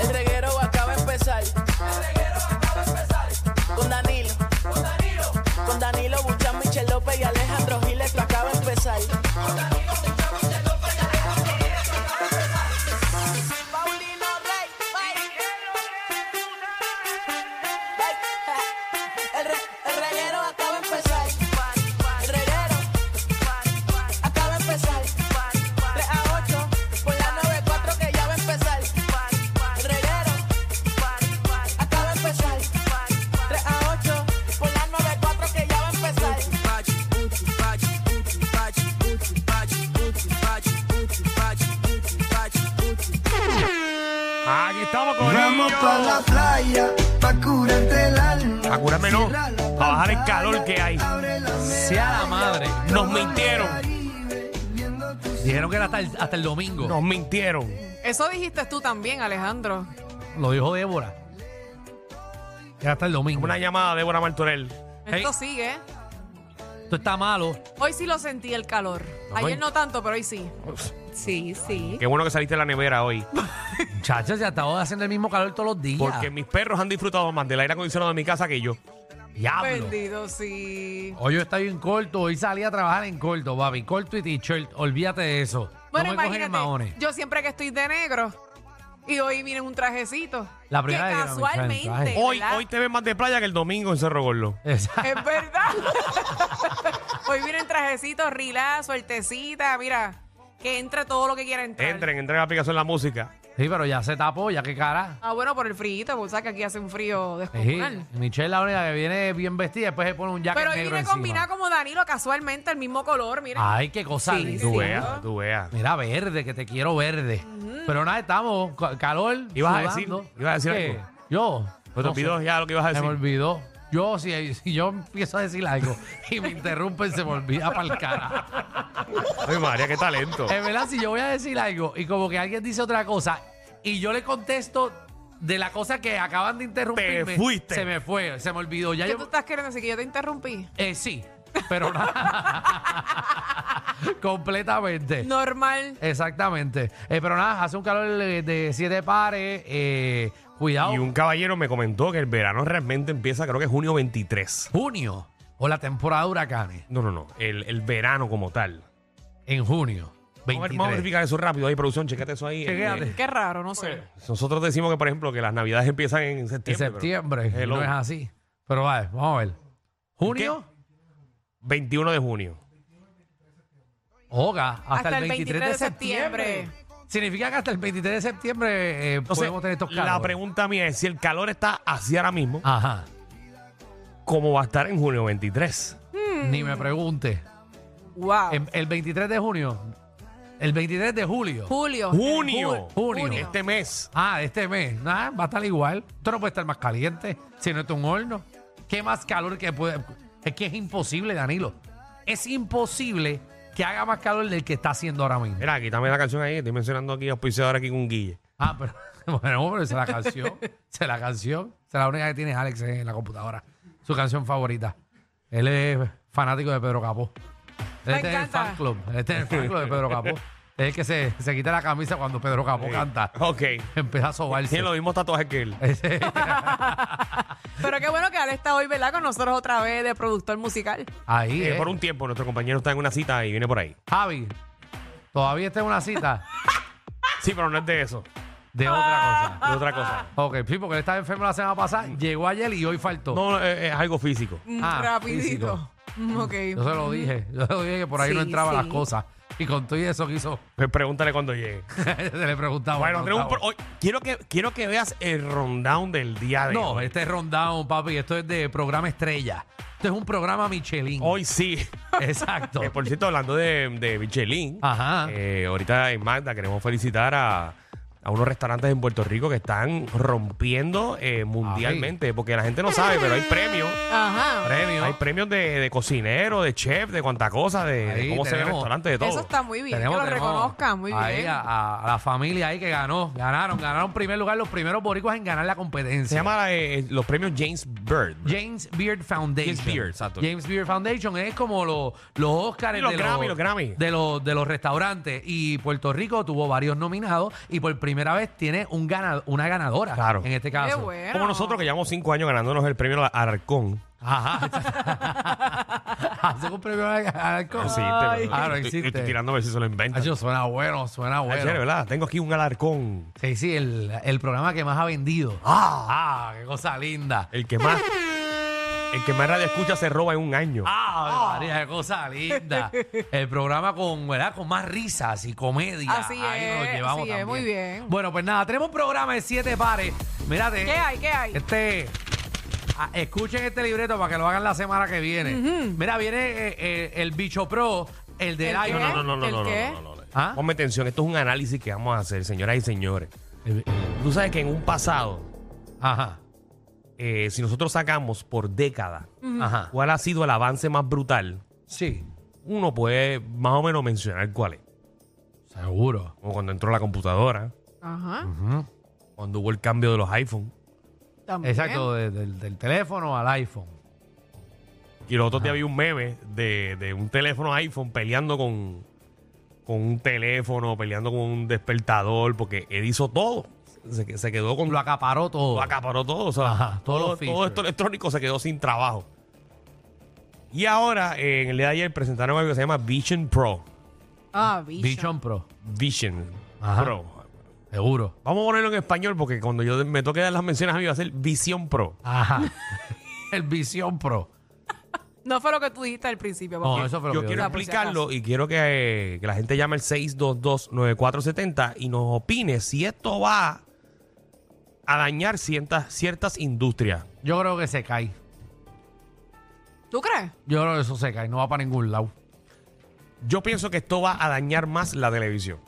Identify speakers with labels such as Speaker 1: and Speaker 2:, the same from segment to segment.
Speaker 1: El reguero acaba de empezar. Con Danilo. Con Danilo Buchan, Michel López y Alejandro Giles esto acaba de empezar. Paulino Rey. El, re- el reguero acaba de empezar. El reguero acaba de empezar. 3 a 8 por la 94 que ya va a empezar. El reguero acaba de empezar. 3 a 8 por la 94 que ya va a empezar.
Speaker 2: Aquí estamos con
Speaker 3: Vamos pa' la playa, pa' curarte el alma.
Speaker 2: Apúrame, no. Para bajar el calor que hay.
Speaker 3: Abre la mesa,
Speaker 4: Sea la madre.
Speaker 2: Nos mintieron.
Speaker 4: Dijeron que era hasta el, hasta el domingo.
Speaker 2: Nos mintieron.
Speaker 5: Eso dijiste tú también, Alejandro.
Speaker 4: Lo dijo Débora. Que era hasta el domingo.
Speaker 2: Una llamada de Débora Martorell. Hey,
Speaker 5: Esto sigue.
Speaker 4: Esto está malo.
Speaker 5: Hoy sí lo sentí el calor. Ayer no tanto, pero hoy sí. Sí, sí.
Speaker 2: qué bueno que saliste de la nevera hoy.
Speaker 4: Muchachos, ya estaba haciendo el mismo calor todos los días.
Speaker 2: Porque mis perros han disfrutado más del aire acondicionado de mi casa que yo.
Speaker 4: Diablo.
Speaker 5: Perdido, sí.
Speaker 4: Hoy yo estaba en corto. Hoy salí a trabajar en corto, papi. Corto y t-shirt. Olvídate de eso.
Speaker 5: Bueno,
Speaker 4: no me cogen en maones.
Speaker 5: imagínate, yo siempre que estoy de negro y hoy viene un trajecito.
Speaker 4: La primera
Speaker 5: que
Speaker 4: vez que me traje un
Speaker 5: casualmente,
Speaker 4: traje.
Speaker 2: Hoy,
Speaker 5: ¿verdad?
Speaker 2: hoy te ves más de playa que el domingo en Cerro Gordo.
Speaker 4: Exacto.
Speaker 5: es verdad. hoy viene un trajecito, relax, suertecita, mira, que entre todo lo que quiera entrar.
Speaker 2: Entren, entren a la aplicación la música.
Speaker 4: Sí, pero ya se tapó, ya qué cara.
Speaker 5: Ah, bueno, por el frío, porque sabes que aquí hace un frío
Speaker 4: Sí,
Speaker 5: descomunal.
Speaker 4: Michelle es la única que viene bien vestida, después se pone un jacket
Speaker 5: Pero hoy
Speaker 4: negro
Speaker 5: viene
Speaker 4: encima. Ah,
Speaker 5: combinado como Danilo, casualmente, el mismo color, mira.
Speaker 4: Ay, qué cosa
Speaker 5: Sí,
Speaker 4: linda.
Speaker 2: Tú
Speaker 5: sí.
Speaker 2: veas, tú veas.
Speaker 4: Mira, verde, que te quiero verde. Pero nada, estamos. ca- Calor.
Speaker 2: Ibas a
Speaker 4: sudando.
Speaker 2: decir- ibas a decir
Speaker 4: ¿Qué?
Speaker 2: algo.
Speaker 4: Yo.
Speaker 2: Pero Pues te
Speaker 4: no
Speaker 2: olvidó
Speaker 4: sé,
Speaker 2: ya lo que ibas a
Speaker 4: Se me
Speaker 2: decir.
Speaker 4: olvidó. Yo, si, si yo empiezo a decir algo y me interrumpen, se me olvida para el cara.
Speaker 2: Ay, María, qué talento.
Speaker 4: Es verdad, si yo voy a decir algo y como que alguien dice otra cosa y yo le contesto de la cosa que acaban de interrumpirme.
Speaker 2: Te fuiste.
Speaker 4: Se me fue, se me olvidó. Ya
Speaker 5: ¿Qué
Speaker 4: yo,
Speaker 5: tú estás queriendo decir? ¿Que yo te interrumpí?
Speaker 4: eh, sí, pero nada. Completamente.
Speaker 5: Normal.
Speaker 4: Exactamente. Eh, pero nada, hace un calor eh, de siete pares. eh, cuidado.
Speaker 2: Y un caballero me comentó que el verano realmente empieza, creo que es junio 23.
Speaker 4: Junio. O la temporada de huracanes.
Speaker 2: No, no, no. El, el verano como tal.
Speaker 4: En junio.
Speaker 2: Vamos a ver- Vamos a
Speaker 4: 23.
Speaker 2: verificar eso rápido. Ahí, producción, checate eso ahí.
Speaker 4: Chequéate.
Speaker 2: Eh,
Speaker 5: Qué raro, no sé.
Speaker 4: Pues,
Speaker 2: Nosotros decimos que, por ejemplo, que las navidades empiezan en
Speaker 4: En
Speaker 2: septiembre. pero-
Speaker 4: septiembre. y
Speaker 2: Hello.
Speaker 4: No es así. Pero vale, vamos a ver. Junio.
Speaker 2: 21 de junio.
Speaker 4: Oga, hasta,
Speaker 5: Hasta
Speaker 4: el 23, de septiembre. Significa que hasta el 23 de septiembre eh,
Speaker 2: Entonces,
Speaker 4: podemos tener estos calores.
Speaker 2: la pregunta mía es si el calor está así ahora mismo,
Speaker 4: Ajá.
Speaker 2: ¿cómo va a estar en junio 23?
Speaker 4: Ni me pregunte.
Speaker 5: Wow.
Speaker 4: En- El 23 de junio. El 23 de julio.
Speaker 5: Julio.
Speaker 2: Junio.
Speaker 4: Junio.
Speaker 2: Este mes.
Speaker 4: Ah, este mes. Nada, va a estar igual. Esto no puede estar más caliente. Si no es un horno. ¿Qué más calor que puede? Es que es imposible, Danilo. Es imposible que haga más calor del que está haciendo ahora mismo.
Speaker 2: Mira, quítame la canción ahí. Estoy mencionando aquí a auspiciador aquí con Guille.
Speaker 4: Ah, pero bueno, pero esa es la canción. Esa es la canción. Esa es la única que tiene Alex en la computadora. Su canción favorita. Él es fanático de Pedro Capó. Él
Speaker 5: Me
Speaker 4: está en el
Speaker 5: encanta.
Speaker 4: fan club. Él está en el fan club de Pedro Capó. Es el que se, se quita la camisa cuando Pedro Capó canta.
Speaker 2: Ok.
Speaker 4: Empieza a sobarse.
Speaker 2: Tiene los mismos tatuajes que él.
Speaker 4: Ese-
Speaker 5: Pero qué bueno que Ale está hoy, ¿verdad? Con nosotros otra vez de productor musical.
Speaker 4: Ahí.
Speaker 2: Eh,
Speaker 4: eh.
Speaker 2: por un tiempo, nuestro compañero está en una cita y viene por ahí.
Speaker 4: Javi, todavía está en una cita
Speaker 2: Sí, pero no es de eso.
Speaker 4: de otra cosa.
Speaker 2: De otra cosa.
Speaker 4: Ok, sí, porque él estaba enfermo la semana pasada, llegó ayer y hoy faltó.
Speaker 2: No, no, eh, es algo físico.
Speaker 5: Mm,
Speaker 4: Ah,
Speaker 5: Rapidito. Mm, Ok.
Speaker 4: Yo se lo dije, yo se lo dije que por ahí
Speaker 5: Sí,
Speaker 4: no entraban
Speaker 5: sí.
Speaker 4: las cosas. Y con todo y eso quiso.
Speaker 2: Pues pregúntale cuando llegue.
Speaker 4: se le preguntaba.
Speaker 2: Bueno,
Speaker 4: le
Speaker 2: tenemos un
Speaker 4: preguntaba.
Speaker 2: pro- hoy- quiero, que, quiero que veas el rundown del día de
Speaker 4: No,
Speaker 2: hoy.
Speaker 4: este es Rundown, papi. Esto es de programa estrella. Esto es un programa Michelin.
Speaker 2: Hoy sí.
Speaker 4: Exacto.
Speaker 2: Eh, por cierto, hablando de, de Michelin,
Speaker 4: Ajá.
Speaker 2: eh, ahorita en Magda queremos felicitar a, a unos restaurantes en Puerto Rico que están rompiendo eh, mundialmente, porque la gente no sabe, pero hay premios.
Speaker 5: Ajá.
Speaker 4: Premio.
Speaker 2: Hay premios de, de cocinero, de chef, de cuánta cosa, de, de
Speaker 4: Ahí
Speaker 2: cómo se ve el
Speaker 4: tenemos.
Speaker 2: restaurante, de todo.
Speaker 5: Eso está muy bien,
Speaker 4: Tenemos-
Speaker 5: que lo
Speaker 4: tenemos
Speaker 5: reconozcan, muy
Speaker 4: ahí
Speaker 5: bien.
Speaker 4: A, a- a la familia ahí que ganó. Ganaron, ganaron primer lugar los primeros boricuas en ganar la competencia.
Speaker 2: Se llama eh, los premios James Bird.
Speaker 4: James Beard Foundation.
Speaker 2: James Beard, exacto.
Speaker 4: James Beard Foundation es como los, los Oscars
Speaker 2: Y los
Speaker 4: de,
Speaker 2: Grammy, los Grammy.
Speaker 4: de los de los restaurantes. Y Puerto Rico tuvo varios nominados y por primera vez tiene un gana- una ganadora.
Speaker 2: Claro.
Speaker 4: En este caso.
Speaker 5: Qué bueno.
Speaker 2: Como nosotros que llevamos cinco años ganándonos el premio Arcón.
Speaker 4: Ajá. Hace un premio al alcohol. Ah, no
Speaker 2: Estoy, estoy
Speaker 4: existe.
Speaker 2: tirando a ver si se lo inventan.
Speaker 4: Acho, suena bueno, suena
Speaker 2: Ah, chévere,
Speaker 4: bueno.
Speaker 2: ¿verdad? Tengo aquí un alarcón.
Speaker 4: Sí, sí, el, el programa que más ha vendido. ¡Ah! ¡Qué cosa linda!
Speaker 2: El que más. El que más radio escucha se roba en un año.
Speaker 4: ¡Ah! María, ¡Qué cosa linda! El programa con, ¿verdad? con más risas y comedia.
Speaker 5: Así
Speaker 4: Ahí nos
Speaker 5: es,
Speaker 4: llevamos
Speaker 5: así es,
Speaker 4: también.
Speaker 5: muy bien.
Speaker 4: Bueno, pues nada, tenemos un programa de siete pares. Mírate.
Speaker 5: ¿Qué hay? ¿Qué hay?
Speaker 4: Este. a- escuchen este libreto para que lo hagan la semana que viene. Mira, viene eh, eh, el bicho pro, el del
Speaker 5: ¿El
Speaker 4: aire.
Speaker 5: qué?
Speaker 2: No, no, no, no,
Speaker 5: Ah, ¿El
Speaker 2: no, no,
Speaker 5: qué?
Speaker 2: no, no, no.
Speaker 4: ¿Ah?
Speaker 2: Ponme atención, esto es un análisis que vamos a hacer, señoras y señores. Tú sabes que en un pasado,
Speaker 4: Ajá.
Speaker 2: eh, si nosotros sacamos por década
Speaker 5: Mm.
Speaker 4: Ajá.
Speaker 2: cuál ha sido el avance más brutal,
Speaker 4: Sí.
Speaker 2: uno puede más o menos mencionar cuál es.
Speaker 4: Seguro.
Speaker 2: Como cuando entró la computadora,
Speaker 5: Ajá.
Speaker 2: cuando hubo el cambio de los iPhone.
Speaker 5: También.
Speaker 4: Exacto, de- del, del teléfono al iPhone.
Speaker 2: Y los otros días había un meme de, de un teléfono iPhone peleando con, con un teléfono, peleando con un despertador, porque él hizo todo. Se, que- se quedó con
Speaker 4: Lo acaparó todo.
Speaker 2: lo acaparó todo. O sea,
Speaker 4: Ajá, todos
Speaker 2: todo,
Speaker 4: los features.
Speaker 2: todo esto electrónico se quedó sin trabajo. Y ahora, eh, en el día de ayer, presentaron algo que se llama Vision Pro.
Speaker 5: Ah, bicho.
Speaker 4: Bichon Pro.
Speaker 2: Vision
Speaker 4: Ajá.
Speaker 2: Pro.
Speaker 4: Seguro.
Speaker 2: Vamos a ponerlo en español porque cuando yo me toque dar las menciones a mí va a ser Vision Pro.
Speaker 4: Ajá. el Vision Pro.
Speaker 5: No fue lo que tú dijiste al principio.
Speaker 4: No,
Speaker 5: papi.
Speaker 4: eso fue lo
Speaker 2: Yo
Speaker 4: que
Speaker 2: quiero
Speaker 5: O sea, por si
Speaker 2: explicarlo y quiero que, que la gente llame al 622-9470 y nos opine si esto va a dañar ciertas, ciertas industrias.
Speaker 4: Yo creo que se cae.
Speaker 5: ¿Tú crees?
Speaker 4: Yo creo que eso se cae. No va para ningún lado.
Speaker 2: Yo pienso que esto va a dañar más la televisión.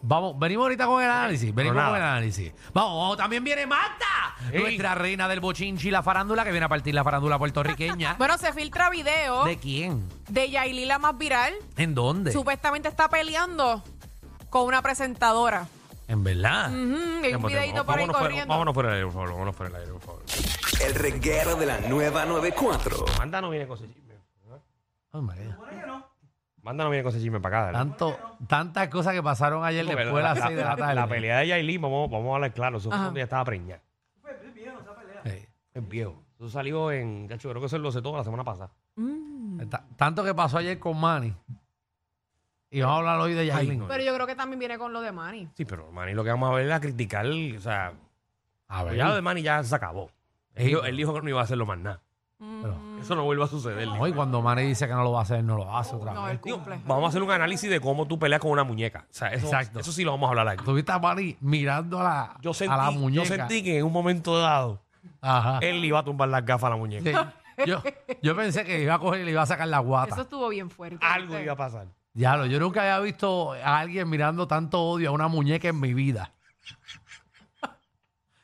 Speaker 4: Vamos, venimos ahorita con el análisis. Venimos
Speaker 2: nada.
Speaker 4: con el análisis. Vamos, vamos, también viene Magda,
Speaker 2: Ey.
Speaker 4: nuestra reina del bochinchi, y la farándula, que viene a partir la farándula puertorriqueña.
Speaker 5: Bueno, se filtra video
Speaker 4: ¿De quién?
Speaker 5: de Yailila más viral.
Speaker 4: ¿En dónde?
Speaker 5: Supuestamente está peleando con una presentadora.
Speaker 4: En verdad.
Speaker 5: Mm, hay un
Speaker 2: Vamos, vamos,
Speaker 5: videito por ahí
Speaker 2: vámonos fuera-
Speaker 5: corriendo.
Speaker 2: Vámonos fuera del aire, por favor. Vámonos fuera del aire, por favor.
Speaker 6: El reguero de la nueva 94.
Speaker 2: Manda no viene con ese chisme.
Speaker 4: Ay, Oh, María.
Speaker 2: Manda no viene con ese chisme para acá. dale.
Speaker 4: Tanto, tantas cosas que pasaron ayer
Speaker 2: Porque
Speaker 4: después de las 6 de la tarde.
Speaker 2: la pelea de Yailin, vamos, vamos a hablar claro. Eso fue
Speaker 5: Ajá.
Speaker 2: cuando ella estaba preñada.
Speaker 4: Sí.
Speaker 2: Es viejo. Eso salió en. Yo creo que eso lo sé todo la semana pasada.
Speaker 4: Ta- Tanto que pasó ayer con Manny. Y vamos a hablar hoy de Yailin.
Speaker 2: no.
Speaker 5: Pero yo creo que también viene con lo de Manny.
Speaker 2: Sí, pero Manny lo que vamos a ver es a criticar. O sea,
Speaker 4: A ver.
Speaker 2: Pues ya lo de Manny ya se acabó. Él,
Speaker 4: Sí.
Speaker 2: dijo- él dijo que no iba a hacerlo más nada. Mm. Eso no vuelve a suceder.
Speaker 4: No, y cuando Manny dice que no lo va a hacer, no lo hace otra
Speaker 5: No,
Speaker 4: vez.
Speaker 5: él cumple.
Speaker 2: Vamos a hacer un análisis de cómo tú peleas con una muñeca. O sea, eso,
Speaker 4: Exacto.
Speaker 2: eso sí lo vamos a hablar aquí.
Speaker 4: Tuviste a Manny mirando a la,
Speaker 2: Yo
Speaker 4: a la
Speaker 2: sentí, yo
Speaker 4: muñeca.
Speaker 2: sentí que en un momento dado
Speaker 4: Ajá.
Speaker 2: él le iba a tumbar las gafas a la muñeca.
Speaker 4: Sí. Yo, yo pensé que iba a coger y le iba a sacar la guata.
Speaker 5: Eso estuvo bien fuerte.
Speaker 2: Algo
Speaker 5: ¿viste?
Speaker 2: iba a pasar.
Speaker 4: Ya lo, yo nunca había visto a alguien mirando tanto odio a una muñeca en mi vida.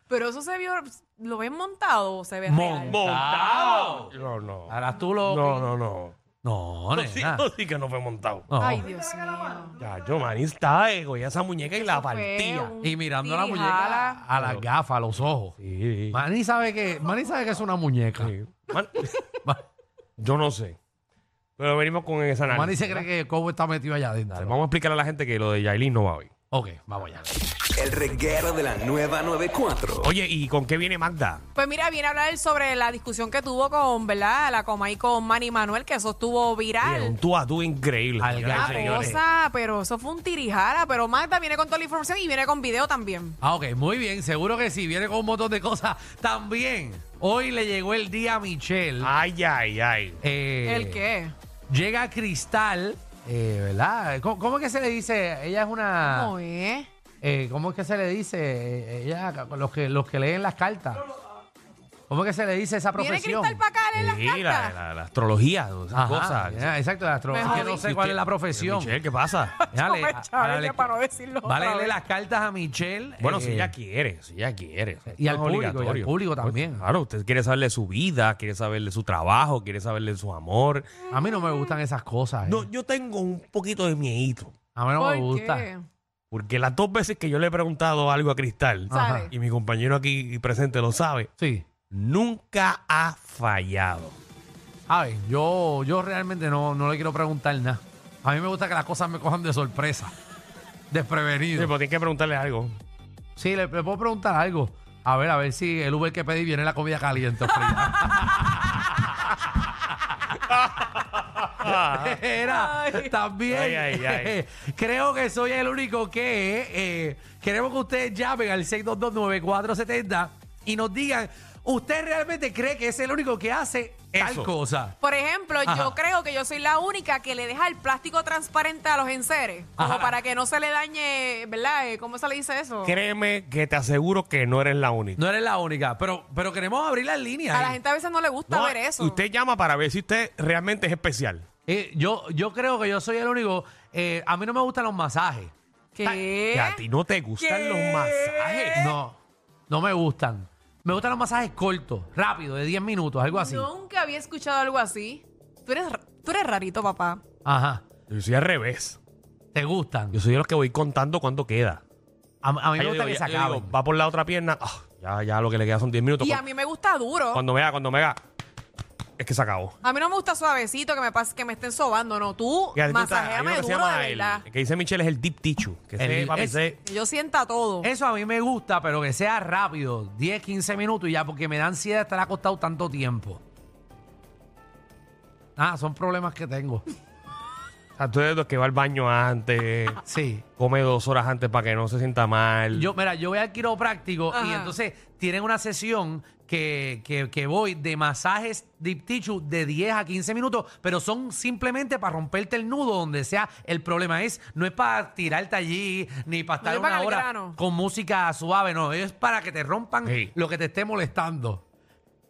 Speaker 5: Pero eso se vio, ¿lo ven montado o se ve real?
Speaker 2: ¡Montado! No, no.
Speaker 4: Ahora tú lo.
Speaker 2: No, no, no.
Speaker 4: No,
Speaker 2: No, sí,
Speaker 4: nena.
Speaker 2: no, sí que no fue montado.
Speaker 4: No.
Speaker 5: Ay, Dios mío.
Speaker 2: Ya, yo, Manny estaba eh, cogía esa muñeca y la partía.
Speaker 5: un
Speaker 4: Y mirando a la
Speaker 5: tiri
Speaker 4: muñeca
Speaker 5: jala.
Speaker 4: a las gafas, a los ojos.
Speaker 2: Sí,
Speaker 4: Manny sabe que, Manny sabe que es una muñeca.
Speaker 2: sí. Man-
Speaker 4: Ma-
Speaker 2: yo no sé. Pero venimos con ese análisis.
Speaker 4: Manny se cree que Cobo está metido allá
Speaker 2: Dale,
Speaker 4: adentro.
Speaker 2: vamos a explicarle a la gente que lo de Yailin no va hoy.
Speaker 4: Ok, vamos allá.
Speaker 6: El reguero de la nueva 94.
Speaker 2: Oye, ¿y con qué viene Magda?
Speaker 5: Pues mira, viene a hablar sobre la discusión que tuvo con, ¿verdad? La coma y con Manny Manuel, que eso estuvo
Speaker 2: Oye, un
Speaker 5: viral.
Speaker 2: tú a tú increíble.
Speaker 4: Al
Speaker 2: señoras y
Speaker 4: gato.
Speaker 2: señores.
Speaker 5: Cosa, pero eso fue un tirijala. Pero Magda viene con toda la información y viene con video también.
Speaker 4: Ah, ok, muy bien. Seguro que sí, viene con un montón de cosas. También, hoy le llegó el día a Michelle.
Speaker 2: Ay, ay, ay.
Speaker 4: Eh,
Speaker 5: ¿El qué?
Speaker 4: Llega Cristal eh, ¿verdad? ¿Cómo, cómo es que se le dice? Ella es una...
Speaker 2: Ah.
Speaker 5: ¿Cómo es?
Speaker 4: Eh, ¿Cómo es que se le dice? Eh, Ella, los que, los que leen las cartas. ¿Cómo es que se le dice esa
Speaker 5: ¿Viene
Speaker 4: profesión?
Speaker 5: Cristal para acá en las
Speaker 2: Sí, la,
Speaker 5: cartas?
Speaker 2: la- la astrología, todas esas
Speaker 4: Ajá,
Speaker 2: cosas.
Speaker 4: ya, exacto, la astro-
Speaker 5: Me
Speaker 4: es que no
Speaker 5: jodí.
Speaker 4: sé cuál es la profesión.
Speaker 2: Michelle, ¿qué pasa?
Speaker 4: Ya,
Speaker 5: No
Speaker 4: le-
Speaker 5: me
Speaker 4: a-
Speaker 5: chavele
Speaker 4: dale-
Speaker 5: para no decirlo otra
Speaker 4: Vale, lee
Speaker 5: vez.
Speaker 4: las cartas a Michelle.
Speaker 2: Bueno,
Speaker 4: eh,
Speaker 2: si ella quiere, si ella quiere.
Speaker 4: Y al
Speaker 2: Es
Speaker 4: público, y al
Speaker 2: obligatorio.
Speaker 4: público también.
Speaker 2: Claro, usted quiere saberle su vida, quiere saberle su trabajo, quiere saberle su amor.
Speaker 4: A mí no me gustan esas cosas. eh.
Speaker 2: No, yo tengo un poquito de miedito.
Speaker 4: a mí no me
Speaker 5: ¿Por
Speaker 4: gusta.
Speaker 5: qué?
Speaker 2: Porque las dos veces que yo le he preguntado algo a Cristal,
Speaker 5: Sabe.
Speaker 2: y mi compañero aquí presente lo sabe,
Speaker 4: Sí.
Speaker 2: nunca ha fallado.
Speaker 4: A ver, yo, yo realmente no, no le quiero preguntar nada. A mí me gusta que las cosas me cojan de sorpresa.
Speaker 2: Sí,
Speaker 4: Desprevenido.
Speaker 2: pero tienes que preguntarle algo.
Speaker 4: Sí, le, le puedo preguntar algo. A ver, a ver si el Uber que pedí viene la comida caliente o fría. Era,
Speaker 5: Ay.
Speaker 4: también.
Speaker 2: Ay, ay, ay.
Speaker 4: Creo que soy el único que eh, queremos que ustedes llamen al 6229470 y nos digan, ¿usted realmente cree que es el único que hace tal
Speaker 2: Eso.
Speaker 4: cosa?
Speaker 5: Por ejemplo,
Speaker 4: Ajá.
Speaker 5: yo creo que yo soy la única que le deja el plástico transparente a los enseres, como
Speaker 4: Ajá.
Speaker 5: para que no se le dañe, ¿verdad? Eh, ¿Cómo se le dice eso?
Speaker 2: Créeme que te aseguro que no eres la única.
Speaker 4: No eres la única, pero, pero queremos abrir las líneas.
Speaker 5: A la gente a veces no le gusta
Speaker 2: No,
Speaker 5: ver eso.
Speaker 2: Usted llama para ver si usted realmente es especial.
Speaker 4: Eh, yo, yo creo que yo soy el único. eh, a mí no me gustan los masajes.
Speaker 2: Que a
Speaker 5: ¿Qué?
Speaker 2: ti no te gustan
Speaker 5: ¿Qué?
Speaker 2: los masajes.
Speaker 4: ¿Eh? No, no me gustan. Me gustan los masajes cortos, rápido, de 10 minutos, algo así.
Speaker 5: Nunca había escuchado algo así. Tú eres, ra- tú eres rarito, papá.
Speaker 4: Ajá.
Speaker 2: Yo soy al revés.
Speaker 4: ¿Te gustan?
Speaker 2: Yo soy de los que voy contando cuánto queda.
Speaker 4: A, a mí me
Speaker 2: Yo
Speaker 4: gusta
Speaker 2: digo,
Speaker 4: que se
Speaker 2: ya- yo digo,
Speaker 4: acaben.
Speaker 2: va por la otra pierna. ah, ya, ya lo que le queda son 10 minutos.
Speaker 5: Y a
Speaker 2: Cuando,
Speaker 5: mí me gusta duro.
Speaker 2: cuando me haga, cuando me haga. Es que se acabó.
Speaker 5: A mí no me gusta suavecito, que me pas- que me estén sobando, no. Tú,
Speaker 2: Y a ti te gusta- hay uno
Speaker 5: masajéame
Speaker 2: que se
Speaker 5: duro
Speaker 2: llama
Speaker 5: de
Speaker 2: el-
Speaker 5: verdad.
Speaker 2: el que dice Michelle es el deep tissue. Que
Speaker 4: El-
Speaker 2: ese, papi,
Speaker 4: es-
Speaker 2: ese-
Speaker 5: Que Yo sienta todo.
Speaker 4: Eso a mí me gusta, pero que sea rápido, 10, 15 minutos y ya, porque me da ansiedad estar acostado tanto tiempo. Ah, son problemas que tengo.
Speaker 2: o sea, tú eres de los que va al baño antes,
Speaker 4: Sí.
Speaker 2: come dos horas antes para que no se sienta mal.
Speaker 4: Yo, mira, yo voy al quiropráctico y
Speaker 5: Ajá.
Speaker 4: entonces tienen una sesión que, que- que voy de masajes deep tissue de 10 a 15 minutos, pero son simplemente para romperte el nudo donde sea el problema. es No es para tirarte allí ni para estar
Speaker 5: es para
Speaker 4: una
Speaker 5: el
Speaker 4: hora
Speaker 5: grano.
Speaker 4: con música suave, no. Es para que te rompan
Speaker 2: Sí.
Speaker 4: lo que te esté molestando.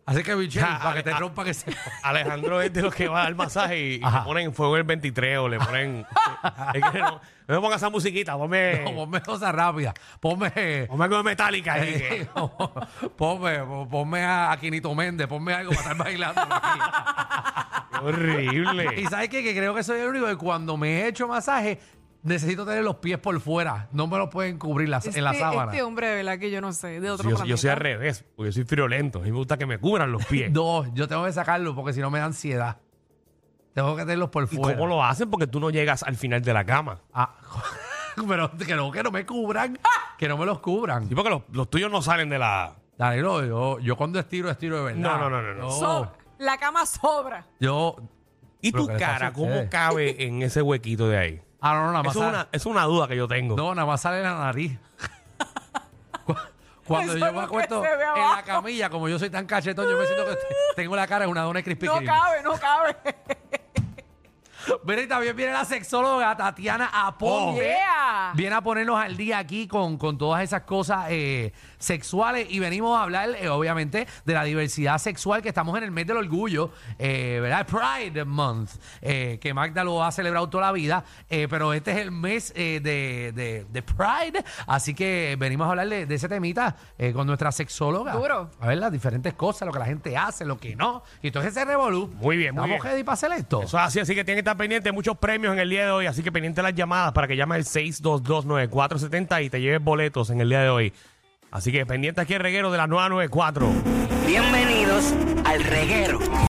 Speaker 4: Así que, Michelle,
Speaker 2: Ya,
Speaker 4: para que
Speaker 2: a-
Speaker 4: te
Speaker 2: a-
Speaker 4: rompan ese...
Speaker 2: Alejandro es de los que va al masaje y, y le
Speaker 4: Ajá.
Speaker 2: ponen fuego el 23 o le ponen. es que no, no me pongas esa musiquita, ponme,
Speaker 4: No, ponme cosa rápida. Ponme...
Speaker 2: ponme algo de metálica. ahí, que-
Speaker 4: ponme, ponme a, a Quinito Méndez, ponme algo para estar bailando aquí.
Speaker 2: Qué horrible.
Speaker 4: Y sabes qué? que creo que soy el único que cuando me he hecho masaje necesito tener los pies por fuera. No me lo pueden cubrir las-
Speaker 5: este,
Speaker 4: en la sábana.
Speaker 5: este hombre, de verdad, que yo no sé, de otro
Speaker 2: yo, yo
Speaker 5: planeta.
Speaker 2: soy al revés, porque yo soy friolento. A mí me gusta que me cubran los pies.
Speaker 4: No, yo tengo que sacarlo porque si no me da ansiedad. Tengo que tenerlos por
Speaker 2: ¿Y
Speaker 4: fuera.
Speaker 2: cómo lo hacen? Porque tú no llegas al final de la cama.
Speaker 4: Ah, pero que no, que no me cubran. Que no me los cubran.
Speaker 2: Sí, porque los, los tuyos no salen de la.
Speaker 4: Dale, no, yo, yo cuando estiro, estiro de verdad.
Speaker 2: No, no, no, no, no.
Speaker 4: Oh.
Speaker 5: So- la cama sobra.
Speaker 4: yo.
Speaker 2: ¿Y
Speaker 4: Pero
Speaker 2: tu
Speaker 4: que les pasa a
Speaker 2: cara cómo
Speaker 4: ustedes.
Speaker 2: cabe en ese huequito de ahí?
Speaker 4: Ah, no, no, nada más.
Speaker 2: Eso es,
Speaker 4: sale-
Speaker 2: una, es una duda que yo tengo.
Speaker 4: No, nada más sale la nariz. Cu- Cuando
Speaker 5: Eso
Speaker 4: yo
Speaker 5: es
Speaker 4: me
Speaker 5: lo que
Speaker 4: acuesto
Speaker 5: se ve
Speaker 4: en la
Speaker 5: abajo.
Speaker 4: camilla, como yo soy tan cachetón, yo me siento que tengo la cara de una dona de Krispy
Speaker 5: No
Speaker 4: Kreme.
Speaker 5: cabe, no cabe.
Speaker 4: Mira, y también viene la sexóloga Tatiana Aponte.
Speaker 5: Yeah.
Speaker 4: Viene a ponernos al día aquí con, con todas esas cosas eh, sexuales y venimos a hablar, eh, obviamente, de la diversidad sexual que estamos en el mes del orgullo, eh, ¿verdad? Pride Month, eh, que Magda lo ha celebrado toda la vida, eh, pero este es el mes eh, de, de- de Pride, así que venimos a hablar de, de ese temita eh, con nuestra sexóloga.
Speaker 5: Duro.
Speaker 4: A ver las diferentes cosas, lo que la gente hace, lo que no. Y entonces se revolú.
Speaker 2: Muy bien, muy
Speaker 4: ¿Estamos
Speaker 2: bien.
Speaker 4: ready para hacer esto?
Speaker 2: Eso es así, así que tienen que estar pendientes. Muchos premios en el día de hoy, así que pendiente las llamadas para que llames el 6229470 y te lleves boletos en el día de hoy. Así que pendiente aquí el reguero de la 994.
Speaker 1: Bienvenidos al reguero.